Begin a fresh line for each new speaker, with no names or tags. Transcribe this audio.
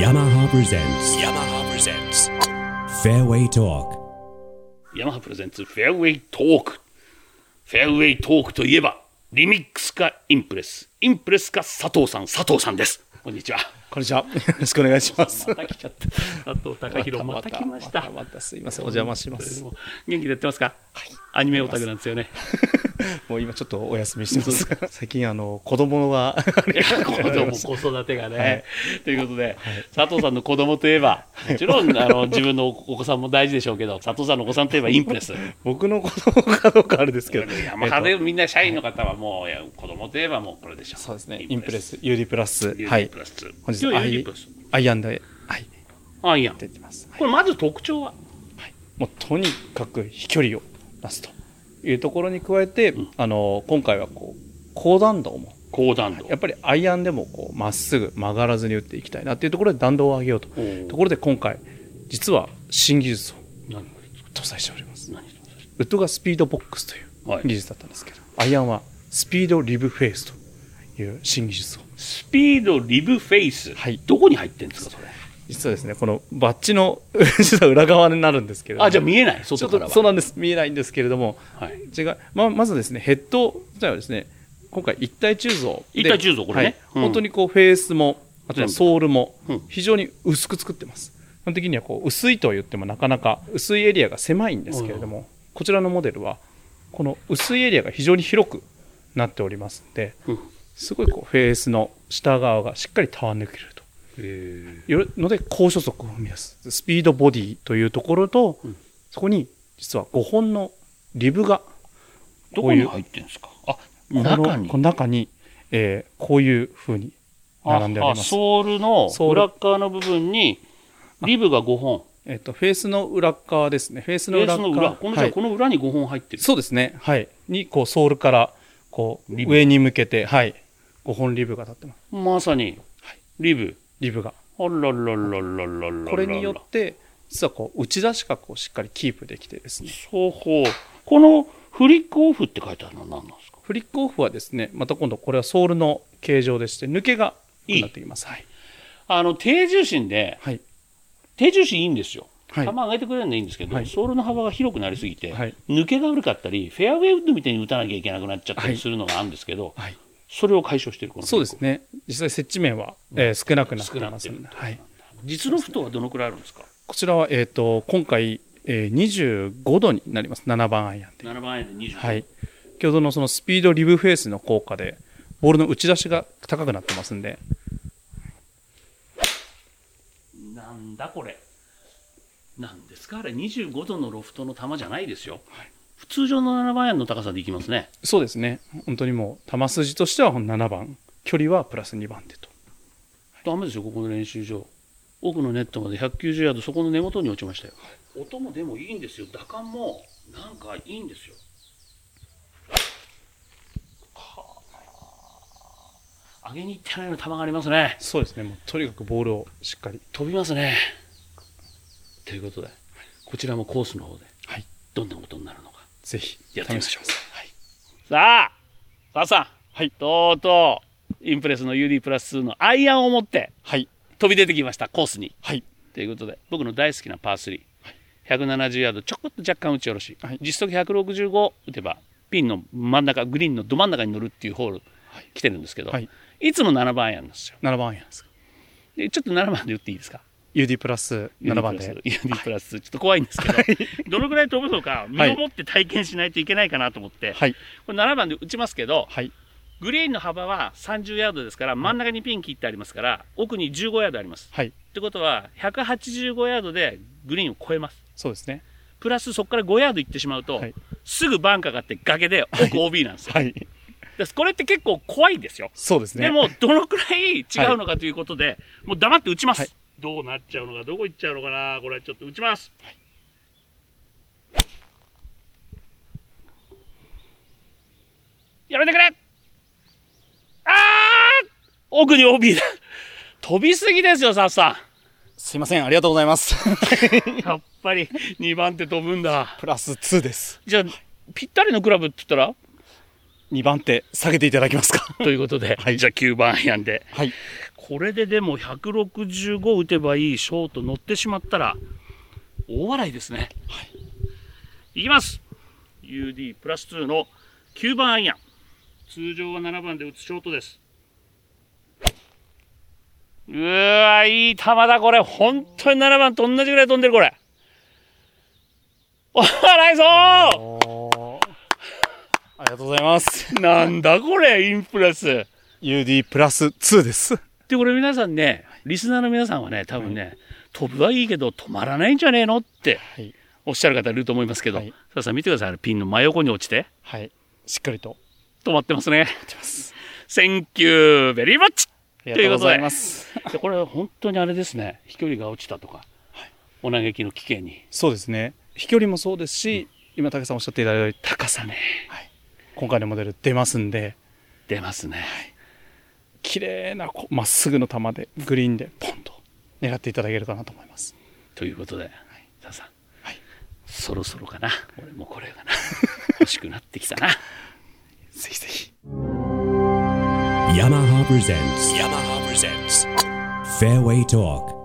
yamaha presents yamaha presents fairway talk
ヤマハプレゼンツフェアウェイトーク。フェアウェイトークといえば、リミックスかインプレス、インプレスか佐藤さん、佐藤さんです。こんにちは。
こんにちは。よろしくお願いします。
また来ちゃった。佐藤隆弘、また来ました。
またすいません。お邪魔します。
もう元気でやってますか、アニメオタクなんですよね。
もう今ちょっとお休みしてます。最近あの子供が
子供 子育てがね、ということで、佐藤さんの子供といえば、もちろんあの自分のお子さんも大事でしょうけど、佐藤さんのお子さんといえばインプ レス。
僕の子供かどうかあれですけど。
ヤマハでみんな社員の方はもう、いや子供といえばもうこれでしょ
そうですね。インプレ。ス、ユーリプラス、
ユ
は
ーリ
い
プラス。
本日
今日
ア
ユーリ
イ
プラス
アイアンで、はい、
あいいやん。
出てます。はい
これまず特徴は
もうとにかく飛距離を出すというところに加えて、
うん
あの今回はこう高弾道も。
高弾道、
やっぱりアイアンでもこうまっすぐ曲がらずに打っていきたいなっていうところで弾道を上げようと
おー
ところで今回実は新技術を
何
搭載しております
何
ウッドがスピードボックスという
はい
技術だったんですけど、アイアンはスピードリブフェイスという新技術を
スピードリブフェイス、
はい
どこに入ってんですかそれ
実はですねこのバッジの 実は裏側になるんですけれども
あじゃあ見えない
ちょ
外か
っ
ら
と
は
そうなんです見えないんですけれども
はい、
違うままずですねヘッド自体はですね今回一体鋳造で
一体鋳造これね
はい
うん
本当にこうフェースもあとはソールも
うん
非常に薄く作ってます基本的にはこう薄いとは言ってもなかなか薄いエリアが狭いんですけれども、こちらのモデルはこの薄いエリアが非常に広くなっておりますので
うん
すごいこうフェースの下側がしっかりたわんでくれるとよるので高初速を生み出すスピードボディというところと、
うん
そこに実は5本のリブが
どこに入ってんですかあ
この
中に
この中に、えーこういうふうに並んでおりま
あ
す。
ソールの
ソール
裏側の部分にリブが5本
えっと、フェースの裏側ですね。フェース
ベ
の裏
ース
側。
の裏このじゃあ
はい
この裏に5本入ってる、
そうですね。はい。に、こう、ソールから、こう、
リブ
上に向けて、はい。5本リブが立ってます。
まさにリブ
リブが。
あらららららららら
これによって、実はこう、打ち出し角をしっかりキープできてですね。
双方このフリックオフって書いてあるのは何なんですか
フリックオフはですね、また今度、これはソールの形状でして、抜けが、良くなっています。はい。
あの低重心で
はい。
低重心いいんですよ
はい
球。上げてくれるのでいいんですけど、
はい
ソールの幅が広くなりすぎて、
はい
抜けが悪かったり、フェアウェイウッドみたいに打たなきゃいけなくなっちゃった
は
り
い
するのがあるんですけど、
はい。
それを解消してるこの
そうですね。実際、接地面は、えー少なくなっていますの
少
で。
なく
はい。
実の太はどのくらいあるんですか、
こちらは、えー、と今回、えー25度になります、7番アイアンで。
7番アイアンで20、
はい、先ほどのそのスピードリブフェースの効果で、ボールの打ち出しが高くなってますんで、
なんだこれ、なんですか、あれ、25度のロフトの球じゃないですよ、普通常の7番アイアンの高さでいきますね、
そうですね、本当にもう、球筋としては7番、距離はプラス2番手と。
だめですよ、ここの練習場、奥のネットまで190ヤード、そこの根元に落ちましたよ、音もでもいいんですよ、打感もなんかいいんですよ。はあ上げに行ってないの球がありますね。
そうですね、もうとにかくボールをしっかり、
飛びますね。ということで、こちらもコースの方で、
はい、
どんなことになるのか。
ぜひ試
やっててみ
しみ
ま
ま
し
し
ょ
ょ
う
う。
さあ、さあさん、
はい
とうとう、インプレスの UD プラス2のアイアンを持って
はい、
飛び出てきました、コースに。
はい、
ということで、僕の大好きなパー3、170ヤード、ちょこっと若干打ち下ろし、
はい
実測165打てば、ピンの真ん中、グリーンのど真ん中に乗るっていうホール、来てるんですけど、
はいい、
つも7番アイアンなんですよ。
7番アイアンですか。
でちょっと7番で打っていいですか
UD プラス7番で。
UD プラス、ちょっと怖いんですけど、どのぐらい飛ぶのか、身をもって体験しないといけないかなと思って、
はい、
これ7番で打ちますけど、
はい、
グリーンの幅は30ヤードですから、真ん中にピン切ってありますから、奥に15ヤードあります。
はい、
ってことは、185ヤードでグリーンを越えます。
そうですね。
プラスそこから5ヤード行ってしまうと、
はい
すぐバンカーがあって崖で奥 OB なんですよ。
はい、
だからこれって結構怖いんですよ。
そうですね。
でも、どのくらい違うのかということで、もう黙って打ちます、
はい
どうなっちゃうのか、どこ行っちゃうのかな、これはちょっと打ちます。やめてくれあー奥に OB だ飛びすぎですよ、サフさ
すいません、ありがとうございます。
ん。やっぱり2番手飛ぶんだ。
プラス2です。
じゃあ、ぴったりのクラブって言ったら
2番手下げていただけますか
ということで、
はい
じゃあ9番アイアンで。
はい
これででも165打てばいいショート乗ってしまったら、大笑いですね。はい。いきます !UD プラス2の9番アイアン。通常は7番で打つショートです。うわいい球だ、これ。本当に7番と同じぐらい飛んでる、これ。お笑いそう
ありがとうございます。
なんだこれ、インプレス。
UD プラス2です。
で、これ皆さんね、リスナーの皆さんはね、多分ね、飛ぶはいいけど止まらないんじゃねえのって
はい
おっしゃる方いると思いますけど、
はい
さあさん見てください、あのピンの真横に落ちて、
はい。しっかりと。
止まってます ね。センキューベリーマッチ
ありがとうございます。
でこれは本当にあれですね、飛距離が落ちたとか、お嘆きの危険に。
そうですね。飛距離もそうですし、今、武さんおっしゃっていただいた
高さね、
今回のモデル出ますんで、
出ますね。
綺麗なこうまっすぐの球で、グリーンでポンと狙っていただけるかなと思います。
ということで、さあさん、
はい
そろそろかな、俺もこれがな、欲しくなってきたな。
ぜひぜひ。
yamaha presents yamaha presents fairway talk